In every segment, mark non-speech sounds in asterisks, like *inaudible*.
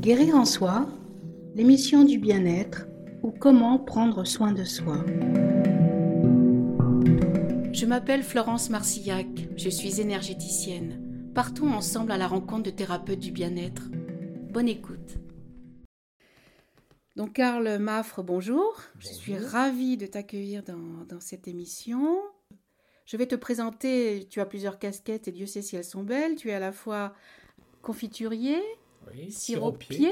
Guérir en soi, l'émission du bien-être ou comment prendre soin de soi. Je m'appelle Florence Marcillac, je suis énergéticienne. Partons ensemble à la rencontre de thérapeutes du bien-être. Bonne écoute. Donc Karl Maffre, bonjour. Je suis ravie de t'accueillir dans, dans cette émission. Je vais te présenter, tu as plusieurs casquettes et Dieu sait si elles sont belles. Tu es à la fois confiturier, Oui, siropier.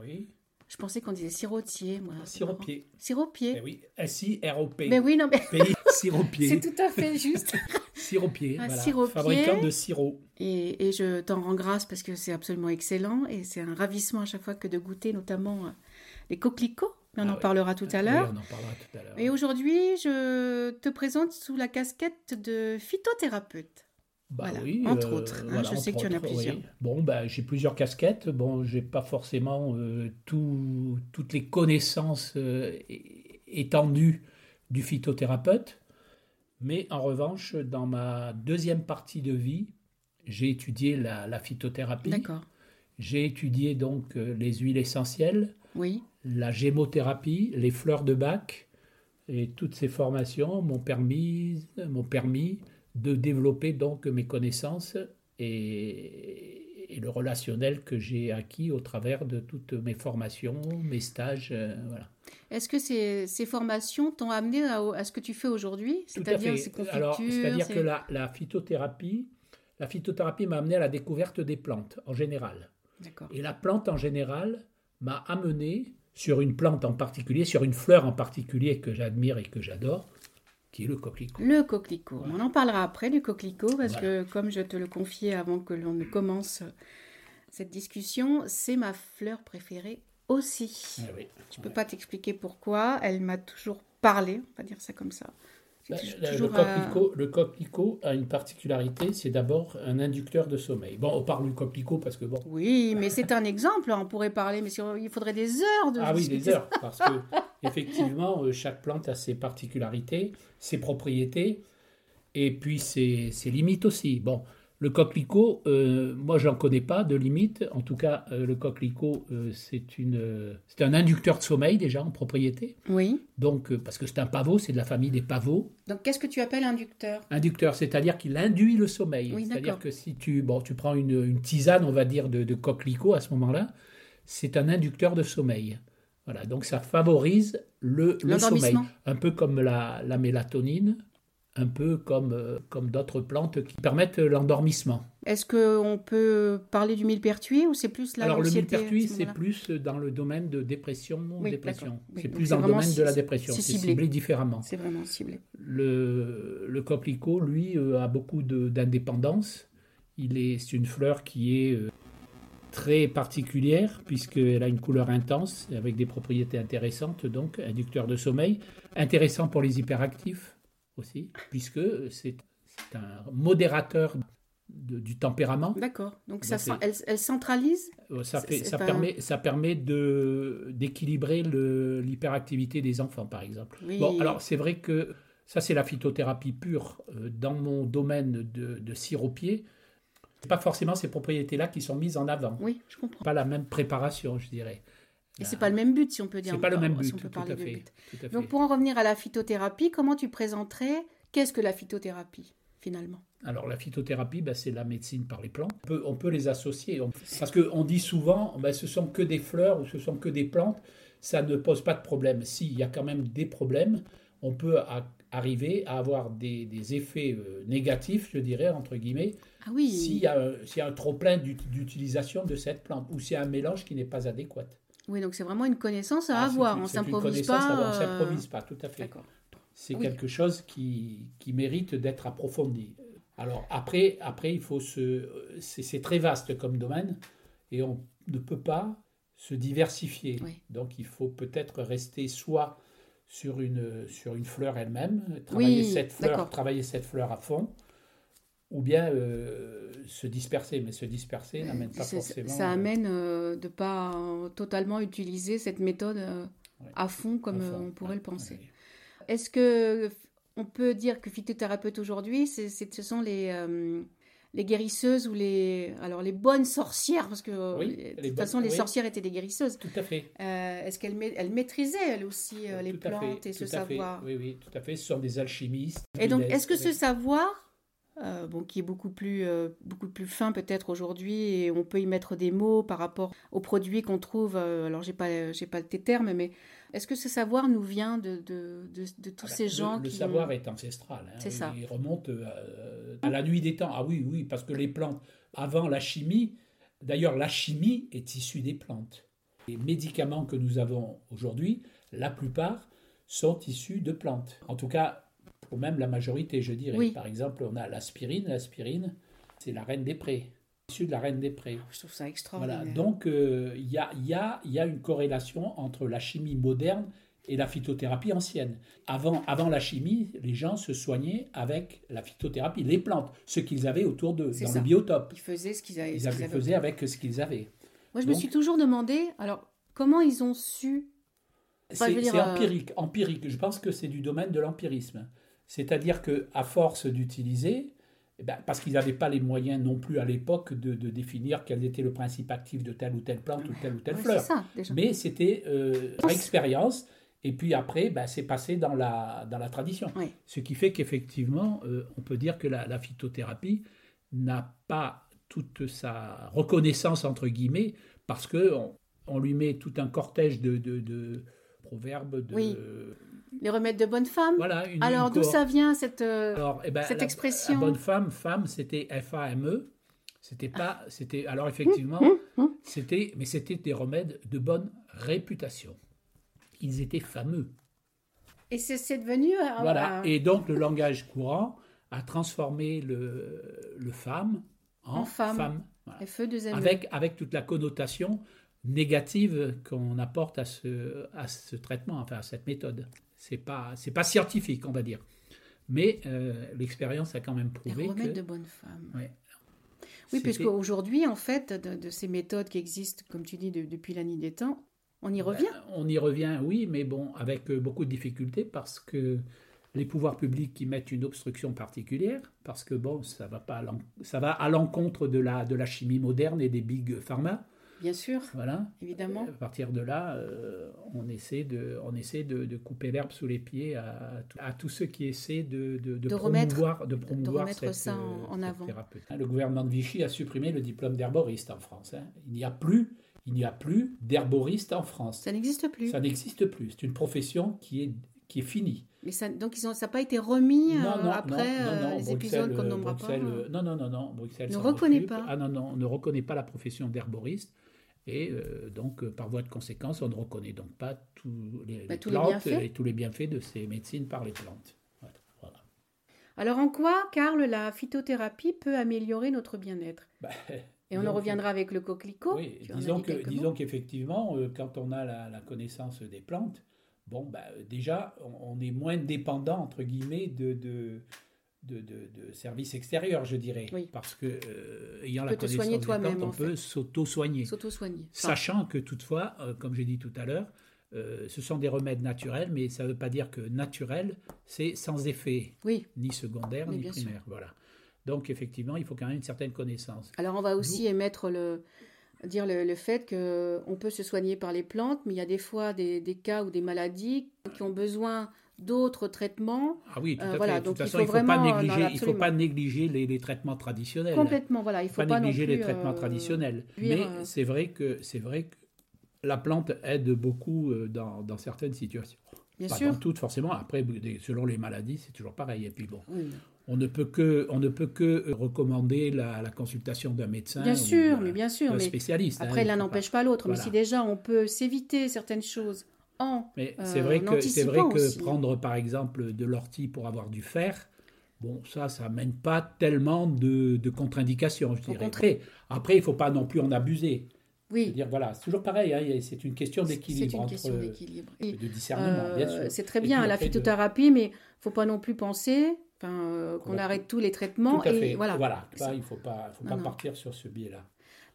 Oui, Je pensais qu'on disait sirotier, moi. siropier. Siropier. Eh oui, S-I-R-O-P. Mais oui, non, mais Pays *laughs* siropier. c'est tout à fait juste. *laughs* Siropier, Un voilà. siropier. Fabricant de sirop. Et, et je t'en rends grâce parce que c'est absolument excellent et c'est un ravissement à chaque fois que de goûter notamment euh, les coquelicots, mais on Ah en oui. parlera tout à Oui, l'heure. On en parlera tout à l'heure. Et aujourd'hui, je te présente sous la casquette de phytothérapeute. Bah voilà, oui, entre autres, hein, je sais que tu en as autres, plusieurs. oui. Bon, bah, j'ai plusieurs casquettes. Bon, j'ai pas forcément euh, tout- toutes les connaissances euh, é- étendues du phytothérapeute. Mais en revanche, dans ma deuxième partie de vie, j'ai étudié la, la phytothérapie. D'accord. J'ai étudié donc euh, les huiles essentielles, Oui. la gémothérapie, les fleurs de bac, et toutes ces formations m'ont permis, m'ont permis de développer donc mes connaissances et, et le relationnel que j'ai acquis au travers de toutes mes formations, mes stages, euh, voilà. Est-ce que ces, ces formations t'ont amené à, à ce que tu fais aujourd'hui Tout à C'est-à-dire fait. ces confitures Alors, c'est-à-dire ces- que la, la phytothérapie, la phytothérapie m'a amené à la découverte des plantes en général. D'accord. Et la plante en général m'a amené sur une plante en particulier, sur une fleur en particulier que j'admire et que j'adore, qui est le coquelicot. Le coquelicot. Voilà. On en parlera après du coquelicot parce Voilà. que, comme je te le confiais avant que l'on ne commence cette discussion, c'est ma fleur préférée aussi. Ah oui. Je ne peux pas t'expliquer pourquoi. Elle m'a toujours parlé, on va dire ça comme ça. J'ai Bah, tou- Le, le toujours, euh, coquelicot, le coquelicot a une particularité, c'est d'abord un inducteur de sommeil. Bon, on parle du coquelicot parce que bon. Oui, mais c'est un exemple. hein, On pourrait parler, mais sur- il faudrait des heures de. Ah oui, discuter. les heures, parce que effectivement, euh, chaque plante a ses particularités, ses propriétés, et puis ses, ses limites aussi. Bon, le coquelicot, euh, moi, j'en connais pas de limite. En tout cas, euh, le coquelicot, euh, c'est une, euh, c'est un inducteur de sommeil déjà en propriété. Oui. Donc, euh, parce que c'est un pavot, c'est de la famille des pavots. Donc, qu'est-ce que tu appelles inducteur Inducteur, c'est-à-dire qu'il induit le sommeil. Oui, c'est-à-dire d'accord. que si tu, bon, tu prends une, une tisane, on va dire, de, de coquelicot à ce moment-là, c'est un inducteur de sommeil. Voilà, donc ça favorise le, le sommeil. L'endormissement. Un peu comme la, la mélatonine, un peu comme, euh, comme d'autres plantes qui permettent l'endormissement. Est-ce que on peut parler du millepertuis ou c'est plus la Alors le l'anxiété à ce millepertuis, c'est moment-là plus dans le domaine de dépression. Oui, dépression. d'accord. Oui, C'est donc plus c'est dans le vraiment domaine de la ci- dépression. c'est C'est ciblé. ciblé différemment. C'est vraiment ciblé. Le, le coquelicot, lui, euh, a beaucoup de- d'indépendance. Il est, c'est une fleur qui est euh, très particulière puisqu'elle a une couleur intense avec des propriétés intéressantes, donc inducteur de sommeil, intéressant pour les hyperactifs aussi, puisque c'est c'est un modérateur de- du tempérament. D'accord. Donc, ça, Donc, cent- c'est- elle, elle centralise Euh, Ça, C'est- fait- c'est ça pas- permet, ça permet de, d'équilibrer le- l'hyperactivité des enfants, par exemple. Oui. Bon, alors c'est vrai que ça, c'est la phytothérapie pure. Euh, Dans mon domaine de, de siropier, c'est pas forcément ces propriétés-là qui sont mises en avant. Oui, je comprends. Pas la même préparation, je dirais. Et Là, c'est pas le même but, si on peut dire. Ah. c'est pas le encore, même si but, on peut tout parler à de fait. but. tout à fait. Donc, pour en revenir à la phytothérapie, comment tu présenterais qu'est-ce que la phytothérapie, finalement Alors la phytothérapie, ben, c'est la médecine par les plantes. On peut, on peut les associer. On- parce qu'on dit souvent, ben, ce sont que des fleurs ou ce sont que des plantes, ça ne pose pas de problème. Si, il y a quand même des problèmes, on peut a- arriver à avoir des, des effets euh, négatifs, je dirais, entre guillemets, Ah oui. s'il y a, un- s'il y a un trop-plein d'ut- d'utilisation de cette plante ou s'il y a un mélange qui n'est pas adéquat. Oui, donc c'est vraiment une connaissance à Ah, c'est avoir. une- on c'est une s'improvise connaissance, pas. alors On euh, s'improvise pas, tout à fait. D'accord. C'est Oui. quelque chose qui, qui mérite d'être approfondi. Alors après, après il faut se, c'est, c'est très vaste comme domaine et on ne peut pas se diversifier. Oui. Donc il faut peut-être rester soit sur une, sur une fleur elle-même, travailler, cette d'accord. fleur, travailler cette fleur à fond, ou bien euh, se disperser. Mais se disperser n'amène pas Ça- forcément... ça euh, amène de de pas euh, totalement utiliser cette méthode euh, Ouais. à fond comme à fond. euh, on pourrait Ouais, le penser. ouais. Est-ce que f- on peut dire que phytothérapeute aujourd'hui, c'est- c'est- ce sont les, euh, les guérisseuses ou les alors les bonnes sorcières parce que euh, Oui, de les toute bonnes- façon les oui. sorcières étaient des guérisseuses. Tout à fait. Euh, Est-ce qu'elles ma- elles maîtrisaient elles aussi euh, les Tout à fait, plantes et tout ce à fait. savoir Oui, oui, tout à fait. Ce sont des alchimistes. Et donc, Ils est-ce que laissent- ce savoir, euh, bon, qui est beaucoup plus, euh, beaucoup plus fin peut-être aujourd'hui, et on peut y mettre des mots par rapport aux produits qu'on trouve, euh, alors j'ai pas, j'ai pas le terme, mais est-ce que ce savoir nous vient de, de, de, de tous Ah bah, ces le- gens le, qui... ont- savoir est ancestral. hein. C'est ça. Il remonte euh, à la nuit des temps. Ah oui, oui, parce que les plantes, avant la chimie, d'ailleurs, la chimie est issue des plantes. Les médicaments que nous avons aujourd'hui, la plupart sont issus de plantes. En tout cas, pour même la majorité, je dirais. Oui. Par exemple, on a l'aspirine. L'aspirine, c'est la reine des prés, issue de la reine des prés. Oh, Je trouve ça extraordinaire. Voilà, donc euh, il y, a, il y a- il y a une corrélation entre la chimie moderne et la phytothérapie ancienne. Avant, avant la chimie, les gens se soignaient avec la phytothérapie, les plantes, ce qu'ils avaient autour d'eux, C'est dans ça. le biotope. Ils faisaient ce qu'ils avaient. Ils ce qu'ils avaient- avaient. faisaient avec ce qu'ils avaient. Moi, je me donc- suis toujours demandé, alors, comment ils ont su... Enfin, je C'est veux dire, c'est euh, empirique, empirique. Je pense que c'est du domaine de l'empirisme. C'est-à-dire que à force d'utiliser, eh ben, parce qu'ils n'avaient pas les moyens non plus à l'époque de, de définir quel était le principe actif de telle ou telle plante ou telle ou telle Ouais, c'est fleur. ça, déjà. Mais c'était euh, par expérience. Et puis après, ben, c'est passé dans la, dans la tradition. Ouais. Ce qui fait qu'effectivement, euh, on peut dire que la, la phytothérapie n'a pas toute sa reconnaissance, entre guillemets, parce qu'on on lui met tout un cortège de, de- de proverbes, de... Oui. Les remèdes de bonne femme. Voilà, une- alors, une d'où cohorte. ça vient, cette... euh, Alors, eh ben, cette la- expression La bonne femme, femme, c'était F-A-M-E. E. C'était pas... c'était Alors, effectivement, Hum, c'était... Mais c'était des remèdes de bonne réputation. Ils étaient fameux. Et c'est c'est devenu... euh, Voilà. un- Et donc, le langage courant a transformé le, le femme en, En femme. Voilà. un feu de Zemmour. Avec, avec toute la connotation négative qu'on apporte à ce, à ce traitement, enfin à cette méthode. C'est pas, c'est pas scientifique, on va dire. Mais euh, l'expérience a quand même Les prouvé que remèdes de bonne femme. Ouais. Oui, c'était- puisque aujourd'hui, en fait, de, de ces méthodes qui existent, comme tu dis, de- depuis la nuit des temps, on y revient. Ben, on y revient, oui, mais bon, avec euh, beaucoup de difficultés parce que les pouvoirs publics qui mettent une obstruction particulière, parce que bon, ça va, pas à l'en- ça va à l'encontre de la, de la chimie moderne et des big pharma. Bien sûr, Voilà. évidemment. À partir de là, euh, on essaie, de, on essaie de, de couper l'herbe sous les pieds à, à tous ceux qui essaient de, de, de De remettre- promouvoir, de promouvoir remettre cette, ça en- euh, en cette avant. thérapeutique. Le gouvernement de Vichy a supprimé le diplôme d'herboriste en France. hein. Il n'y a plus, il n'y a plus d'herboriste en France. Ça n'existe plus. Ça n'existe plus. C'est une profession qui est, qui est finie. Mais ça, donc, ils ont, ça n'a pas été remis euh, après euh, les épisodes qu'on euh, ne nommera pas. hein. Bruxelles, euh, Non, non, non, non. Bruxelles Ne s'en reconnaît occupe. pas. Ah non, non, on ne reconnaît pas la profession d'herboriste. Et euh, donc, euh, par voie de conséquence, on ne reconnaît donc pas tous les, Bah, les tous les plantes bienfaits. et tous les bienfaits de ces médecines par les plantes. Voilà. Voilà. Alors, en quoi, Karl, la phytothérapie peut améliorer notre bien-être Bah, *laughs* Et on en donc, reviendra avec le coquelicot. Oui, Tu en as disons, dit que, quelques mots. disons qu'effectivement, euh, quand on a la, la connaissance des plantes, bon, bah, euh, déjà, on, on est moins dépendant, entre guillemets, de, de, de, de- de services extérieurs, je dirais. Oui. Parce que, euh, ayant Tu la peux te connaissance soigner des toi-même, plantes, on en peut s'auto-soigner. S'auto-soigner. Enfin, Sachant que toutefois, euh, comme j'ai dit tout à l'heure, euh, ce sont des remèdes naturels, mais ça ne veut pas dire que naturel, c'est sans effet, oui. ni secondaire, Mais ni bien sûr. primaire. Voilà. Donc, effectivement, il faut quand même une certaine connaissance. Alors on va aussi émettre le dire le, le fait que on peut se soigner par les plantes, mais il y a des fois des, des cas ou des maladies qui ont besoin d'autres traitements Ah oui, tout Euh, à voilà, fait. De donc toute il façon, faut il ne faut, pas vraiment, euh, non, négliger- il faut absolument. pas négliger les, les traitements traditionnels. complètement. Voilà, il Il faut faut pas, pas non négliger les plus, traitements euh, traditionnels. réduire, Mais euh, c'est vrai que c'est vrai que la plante aide beaucoup euh, dans, dans certaines situations. Bien pas sûr. dans toutes forcément. Après, des- selon les maladies, c'est toujours pareil. Et puis bon, Oui. on ne peut que on ne peut que euh, recommander la, la consultation d'un médecin. Bien ou sûr, d'un- mais bien sûr. d'un Mais spécialiste. hein, après, il l'un faut pas- n'empêche pas l'autre. Voilà. Mais si déjà on peut s'éviter certaines choses en Mais Euh, c'est vrai en que c'est vrai anticipant que aussi. hein. prendre par exemple de l'ortie pour avoir du fer, bon ça ça mène pas tellement de, de contre-indications, je dirais. contraire. Après, après il faut pas non plus en abuser. oui, Dire voilà, c'est toujours pareil, hein, il y a- c'est une question c'est d'équilibre une entre question d'équilibre. Et, de discernement, bien euh, sûr. C'est très Et bien puis la après, de- phytothérapie, mais faut pas non plus penser enfin, euh, qu'on Qu'on a- arrête tous les traitements Tout à et fait. voilà. tu vois, il faut pas faut Non, pas non. partir sur ce biais-là.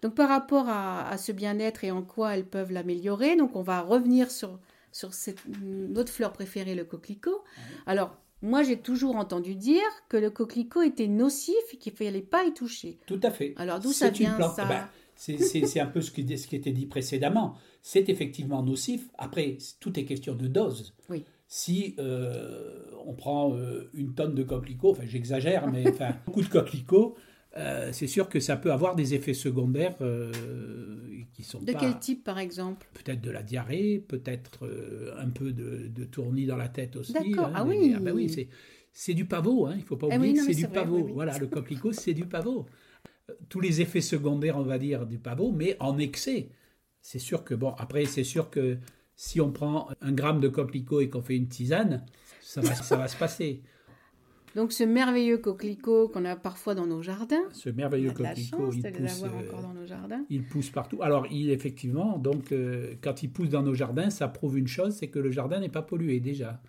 Donc par rapport à, à ce bien-être et en quoi elles peuvent l'améliorer, donc on va revenir sur, sur cette, notre fleur préférée, le coquelicot. Alors, Moi, j'ai toujours entendu dire que le coquelicot était nocif et qu'il ne fallait pas y toucher. Tout à fait. Alors d'où ça C'est une vient plante. ça Ben, c'est- C'est c'est un peu ce qui, ce qui était dit précédemment. C'est effectivement nocif. Après, c- tout est question de dose. Oui. Si euh, on prend euh, une tonne de coquelicots, enfin j'exagère, *laughs* mais enfin, beaucoup de coquelicots, euh, c'est sûr que ça peut avoir des effets secondaires euh, qui sont De pas- quel type, par exemple peut-être de la diarrhée, peut-être euh, un peu de, de tournis dans la tête aussi. D'accord, ah mais- oui. ah bah oui, c'est, c'est du pavot, hein, il ne faut pas Ah oui, oublier que non, c'est mais du c'est vrai, pavot. oui, oui. Voilà, le coquelicot, c'est du pavot. Euh, Tous les effets secondaires, on va dire, du pavot, mais en excès. C'est sûr que, bon, après, c'est sûr que si on prend un gramme de coquelicot et qu'on fait une tisane, ça va, ça va se passer. Donc ce merveilleux coquelicot qu'on a parfois dans nos jardins. Ce On merveilleux a de Bah, la coquelicot, chance il de les pousse, avoir euh, encore dans nos jardins. Il pousse partout. Alors, il effectivement, donc, euh, quand il pousse dans nos jardins, ça prouve une chose, c'est que le jardin n'est pas pollué déjà.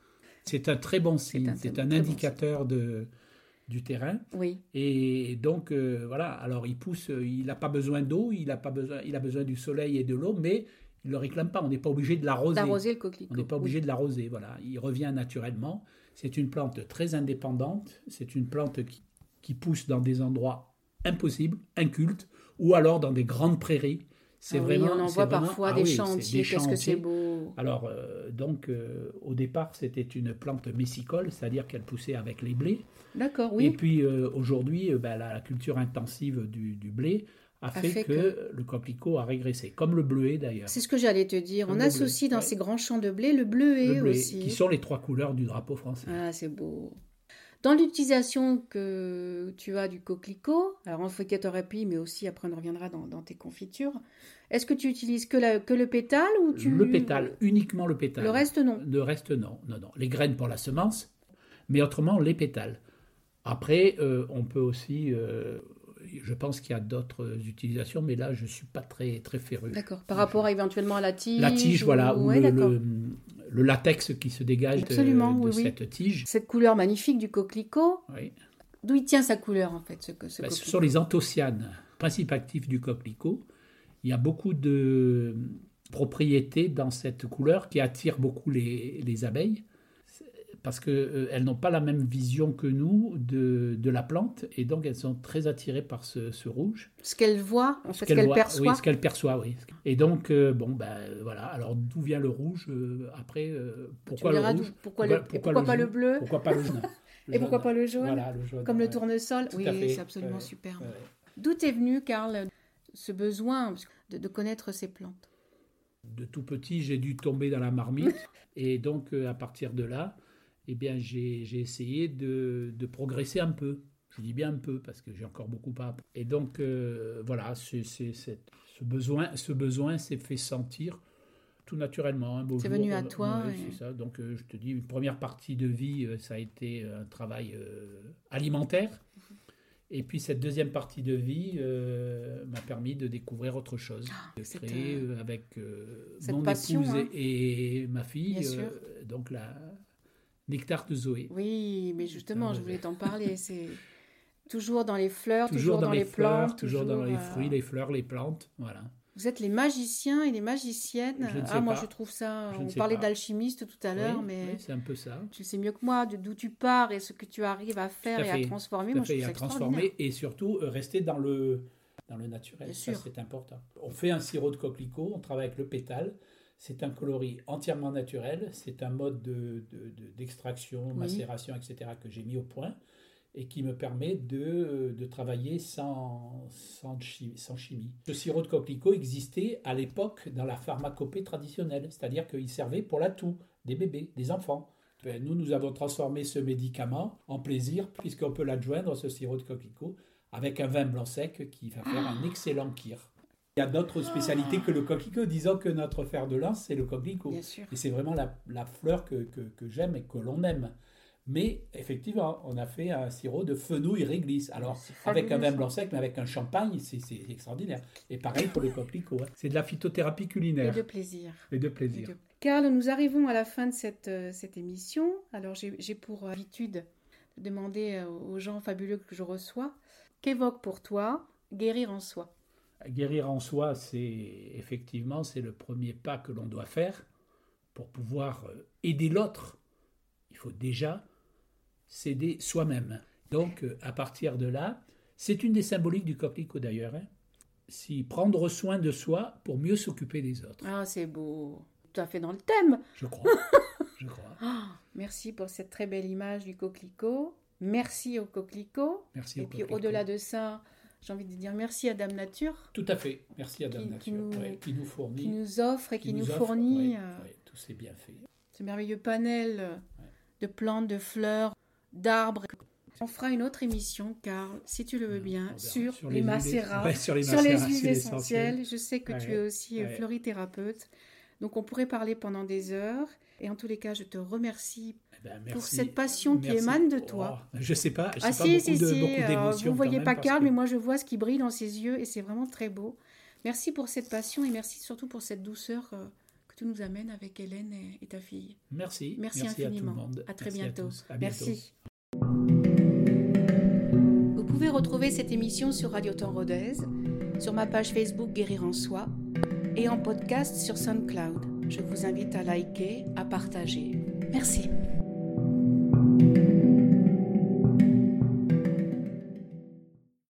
C'est un très bon signe. un très- C'est un, très bon indicateur de du terrain. Oui. Et donc, euh, voilà. Alors, il pousse. euh, Il n'a pas besoin d'eau. Il n'a pas besoin. Il a besoin du soleil et de l'eau, mais il ne le réclame pas. On n'est pas obligé de l'arroser. D'arroser le coquelicot. On n'est pas oui. obligé de l'arroser, voilà. Il revient naturellement. C'est une plante très indépendante. C'est une plante qui, qui pousse dans des endroits impossibles, incultes, ou alors dans des grandes prairies. C'est Ah oui, vraiment. on en c'est voit vraiment- parfois ah des oui, champs c'est entiers. des champs Qu'est-ce que c'est entiers. beau Alors, euh, donc, euh, au départ, c'était une plante messicole, c'est-à-dire qu'elle poussait avec les blés. D'accord, Et oui. puis, euh, aujourd'hui, euh, ben, la, la culture intensive du, du blé a, fait, fait que, le coquelicot a régressé, comme le bleuet d'ailleurs. C'est ce que j'allais te dire. Comme On euh, le bleu, associe dans ouais. ces grands champs de blé le bleuet Le bleuet, aussi. qui sont les trois couleurs du drapeau français. Ah, c'est beau. Dans l'utilisation que tu as du coquelicot, alors en focatothérapie, mais aussi après on reviendra dans, dans tes confitures, est-ce que tu utilises que, la- que le pétale ou tu... Le pétale, uniquement le pétale. Le reste, non. Le reste, non. Non, non. Les graines pour la semence, mais autrement, les pétales. Après, euh, on peut aussi. euh, je pense qu'il y a d'autres utilisations, mais là, je ne suis pas très, très féru. D'accord. Par rapport à, éventuellement à la tige La tige, ou- voilà, ou Ouais, le, d'accord. le- le latex qui se dégage de- Absolument, de, oui, oui. cette tige. Cette couleur magnifique du coquelicot, Oui. d'où il tient sa couleur en fait, ce, que- ce Ben, ce coquelicot sont les anthocyanes, principe actif du coquelicot. Il y a beaucoup de propriétés dans cette couleur qui attirent beaucoup les, les abeilles C'est- parce qu'elles n'ont pas la même vision que nous de, de la plante et donc elles sont très attirées par ce, ce rouge. Ce qu'elle voit, en fait, ce qu'elle voit- perçoit. Oui, ce qu'elles perçoivent, oui. Et donc, euh, bon, ben voilà. Alors d'où vient le rouge euh, Après, euh, Tu me pourquoi le diras d'où- rouge pourquoi, le, Pourquoi- et pourquoi pas le jaune bleu Pourquoi pas le *laughs* jaune Le et pourquoi jaune, pas le jaune voilà, le jaune, Comme le ouais. tournesol. Tout oui, à fait. c'est absolument Ouais. superbe. Ouais. D'où est venu, Karl, ce besoin de, de connaître ces plantes de tout petit, j'ai dû tomber dans la *laughs* marmite. Et donc, euh, à partir de là, eh bien, j'ai j'ai essayé de, de progresser un peu. Je dis bien un peu parce que j'ai encore beaucoup à apprendre. Et donc, euh, voilà, c'est- c'est- c'est- ce besoin, ce besoin s'est fait sentir tout naturellement. un beau C'est jour. venu à Euh, toi, ouais, et- c'est ça. Donc, euh, je te dis, une première partie de vie, euh, ça a été un travail euh, alimentaire. Et puis cette deuxième partie de vie euh, m'a permis de découvrir autre chose, de Ah, c'est créer un- euh, avec euh, cette mon passion, épouse et- hein. et, ma fille, Bien sûr. euh, donc la nectar de Zoé. Oui, mais justement, Ah, je ouais. voulais t'en *laughs* parler. C'est toujours dans les fleurs, Oh, toujours, Toujours dans, les, fleurs, plantes, toujours dans les euh, fruits, les fleurs, les plantes, voilà. Vous êtes les magiciens et les magiciennes. Je ne sais ah, moi, pas. je trouve ça. Je ne On sais parlait pas. d'alchimiste tout à l'heure, Oui, mais oui, c'est un peu ça. tu sais mieux que moi de- d'où tu pars et ce que tu arrives à faire Tout à et fait. à transformer. Tout à Moi, je fait, trouve et ça à extraordinaire. transformer et surtout euh, rester dans le, dans le naturel. Bien Ça, sûr. c'est important. On fait un sirop de coquelicot, on travaille avec le pétale. C'est un coloris entièrement naturel. C'est un mode de- de- de- d'extraction, de, Oui. macération, etc. que j'ai mis au point et qui me permet de, de travailler sans, sans, chi- sans chimie. Ce sirop de coquelicot existait à l'époque dans la pharmacopée traditionnelle, c'est-à-dire qu'il servait pour la toux des bébés, des enfants. Ben, nous, nous avons transformé ce médicament en plaisir puisqu'on peut l'adjoindre, ce sirop de coquelicot, avec un vin blanc sec qui va faire un excellent kir. Il y a d'autres spécialités que le coquelicot, disons que notre fer de lance, c'est le coquelicot. Bien sûr. Et c'est vraiment la, la fleur que, que- que j'aime et que l'on aime. Mais effectivement, on a fait un sirop de fenouil réglisse. Alors, avec un vin blanc sec, mais avec un champagne, c'est c'est extraordinaire. Et pareil pour le coquelicot. hein. C'est de la phytothérapie Et culinaire. de plaisir. Et de Les plaisir. deux. Karl, nous arrivons à la fin de cette, euh, cette émission. Alors, j'ai j'ai pour euh, habitude de demander euh, aux gens fabuleux que je reçois qu'évoque pour toi guérir en soi. Guérir en soi, c'est effectivement c'est le premier pas que l'on doit faire pour pouvoir euh, aider l'autre. Il faut déjà s'aider soi-même. Donc, euh, à partir de là, c'est une des symboliques du coquelicot d'ailleurs. hein. Si prendre soin de soi pour mieux s'occuper des autres. Ah, c'est beau. Tout à fait dans le thème. Je crois. je crois. Ah, merci pour cette très belle image du coquelicot. Merci au coquelicot. Merci. Et au puis coquelicot. au-delà de ça, j'ai envie de dire merci à Dame Nature Tout à fait. Merci à Dame Qui- Nature qui nous- ouais, qui nous fournit. qui nous offre et qui, nous, offre, fournit ouais, euh, ouais, tous ces bienfaits. ce merveilleux panel euh, de plantes, de fleurs, d'arbres. On fera une autre émission, Karl, si tu le veux Euh, bien, On verra. sur, Sur les huiles- macérats, ouais, sur les sur les macérats, huiles sur essentielles. Je sais que tu Ouais, es aussi euh, ouais. fleurithérapeute, donc on pourrait parler pendant des heures. Et en tous les cas, je te remercie Eh ben, pour merci. cette passion qui Merci. émane de toi. Oh, je sais pas. j'ai Ah pas si, beaucoup si, de, si, beaucoup euh, d'émotions vous ne quand voyez même, pas parce Karl, que- mais moi je vois ce qui brille dans ses yeux et c'est vraiment très beau. Merci pour cette passion et merci surtout pour cette douceur euh, que tu nous amènes avec Hélène et- et ta fille. Merci. Merci à tout le infiniment. monde. À très Merci bientôt. tous. À bientôt. Merci. Vous pouvez retrouver cette émission sur Radio Temps Rodez, sur ma page Facebook Guérir en Soi et en podcast sur SoundCloud. Je vous invite à liker, à partager. Merci.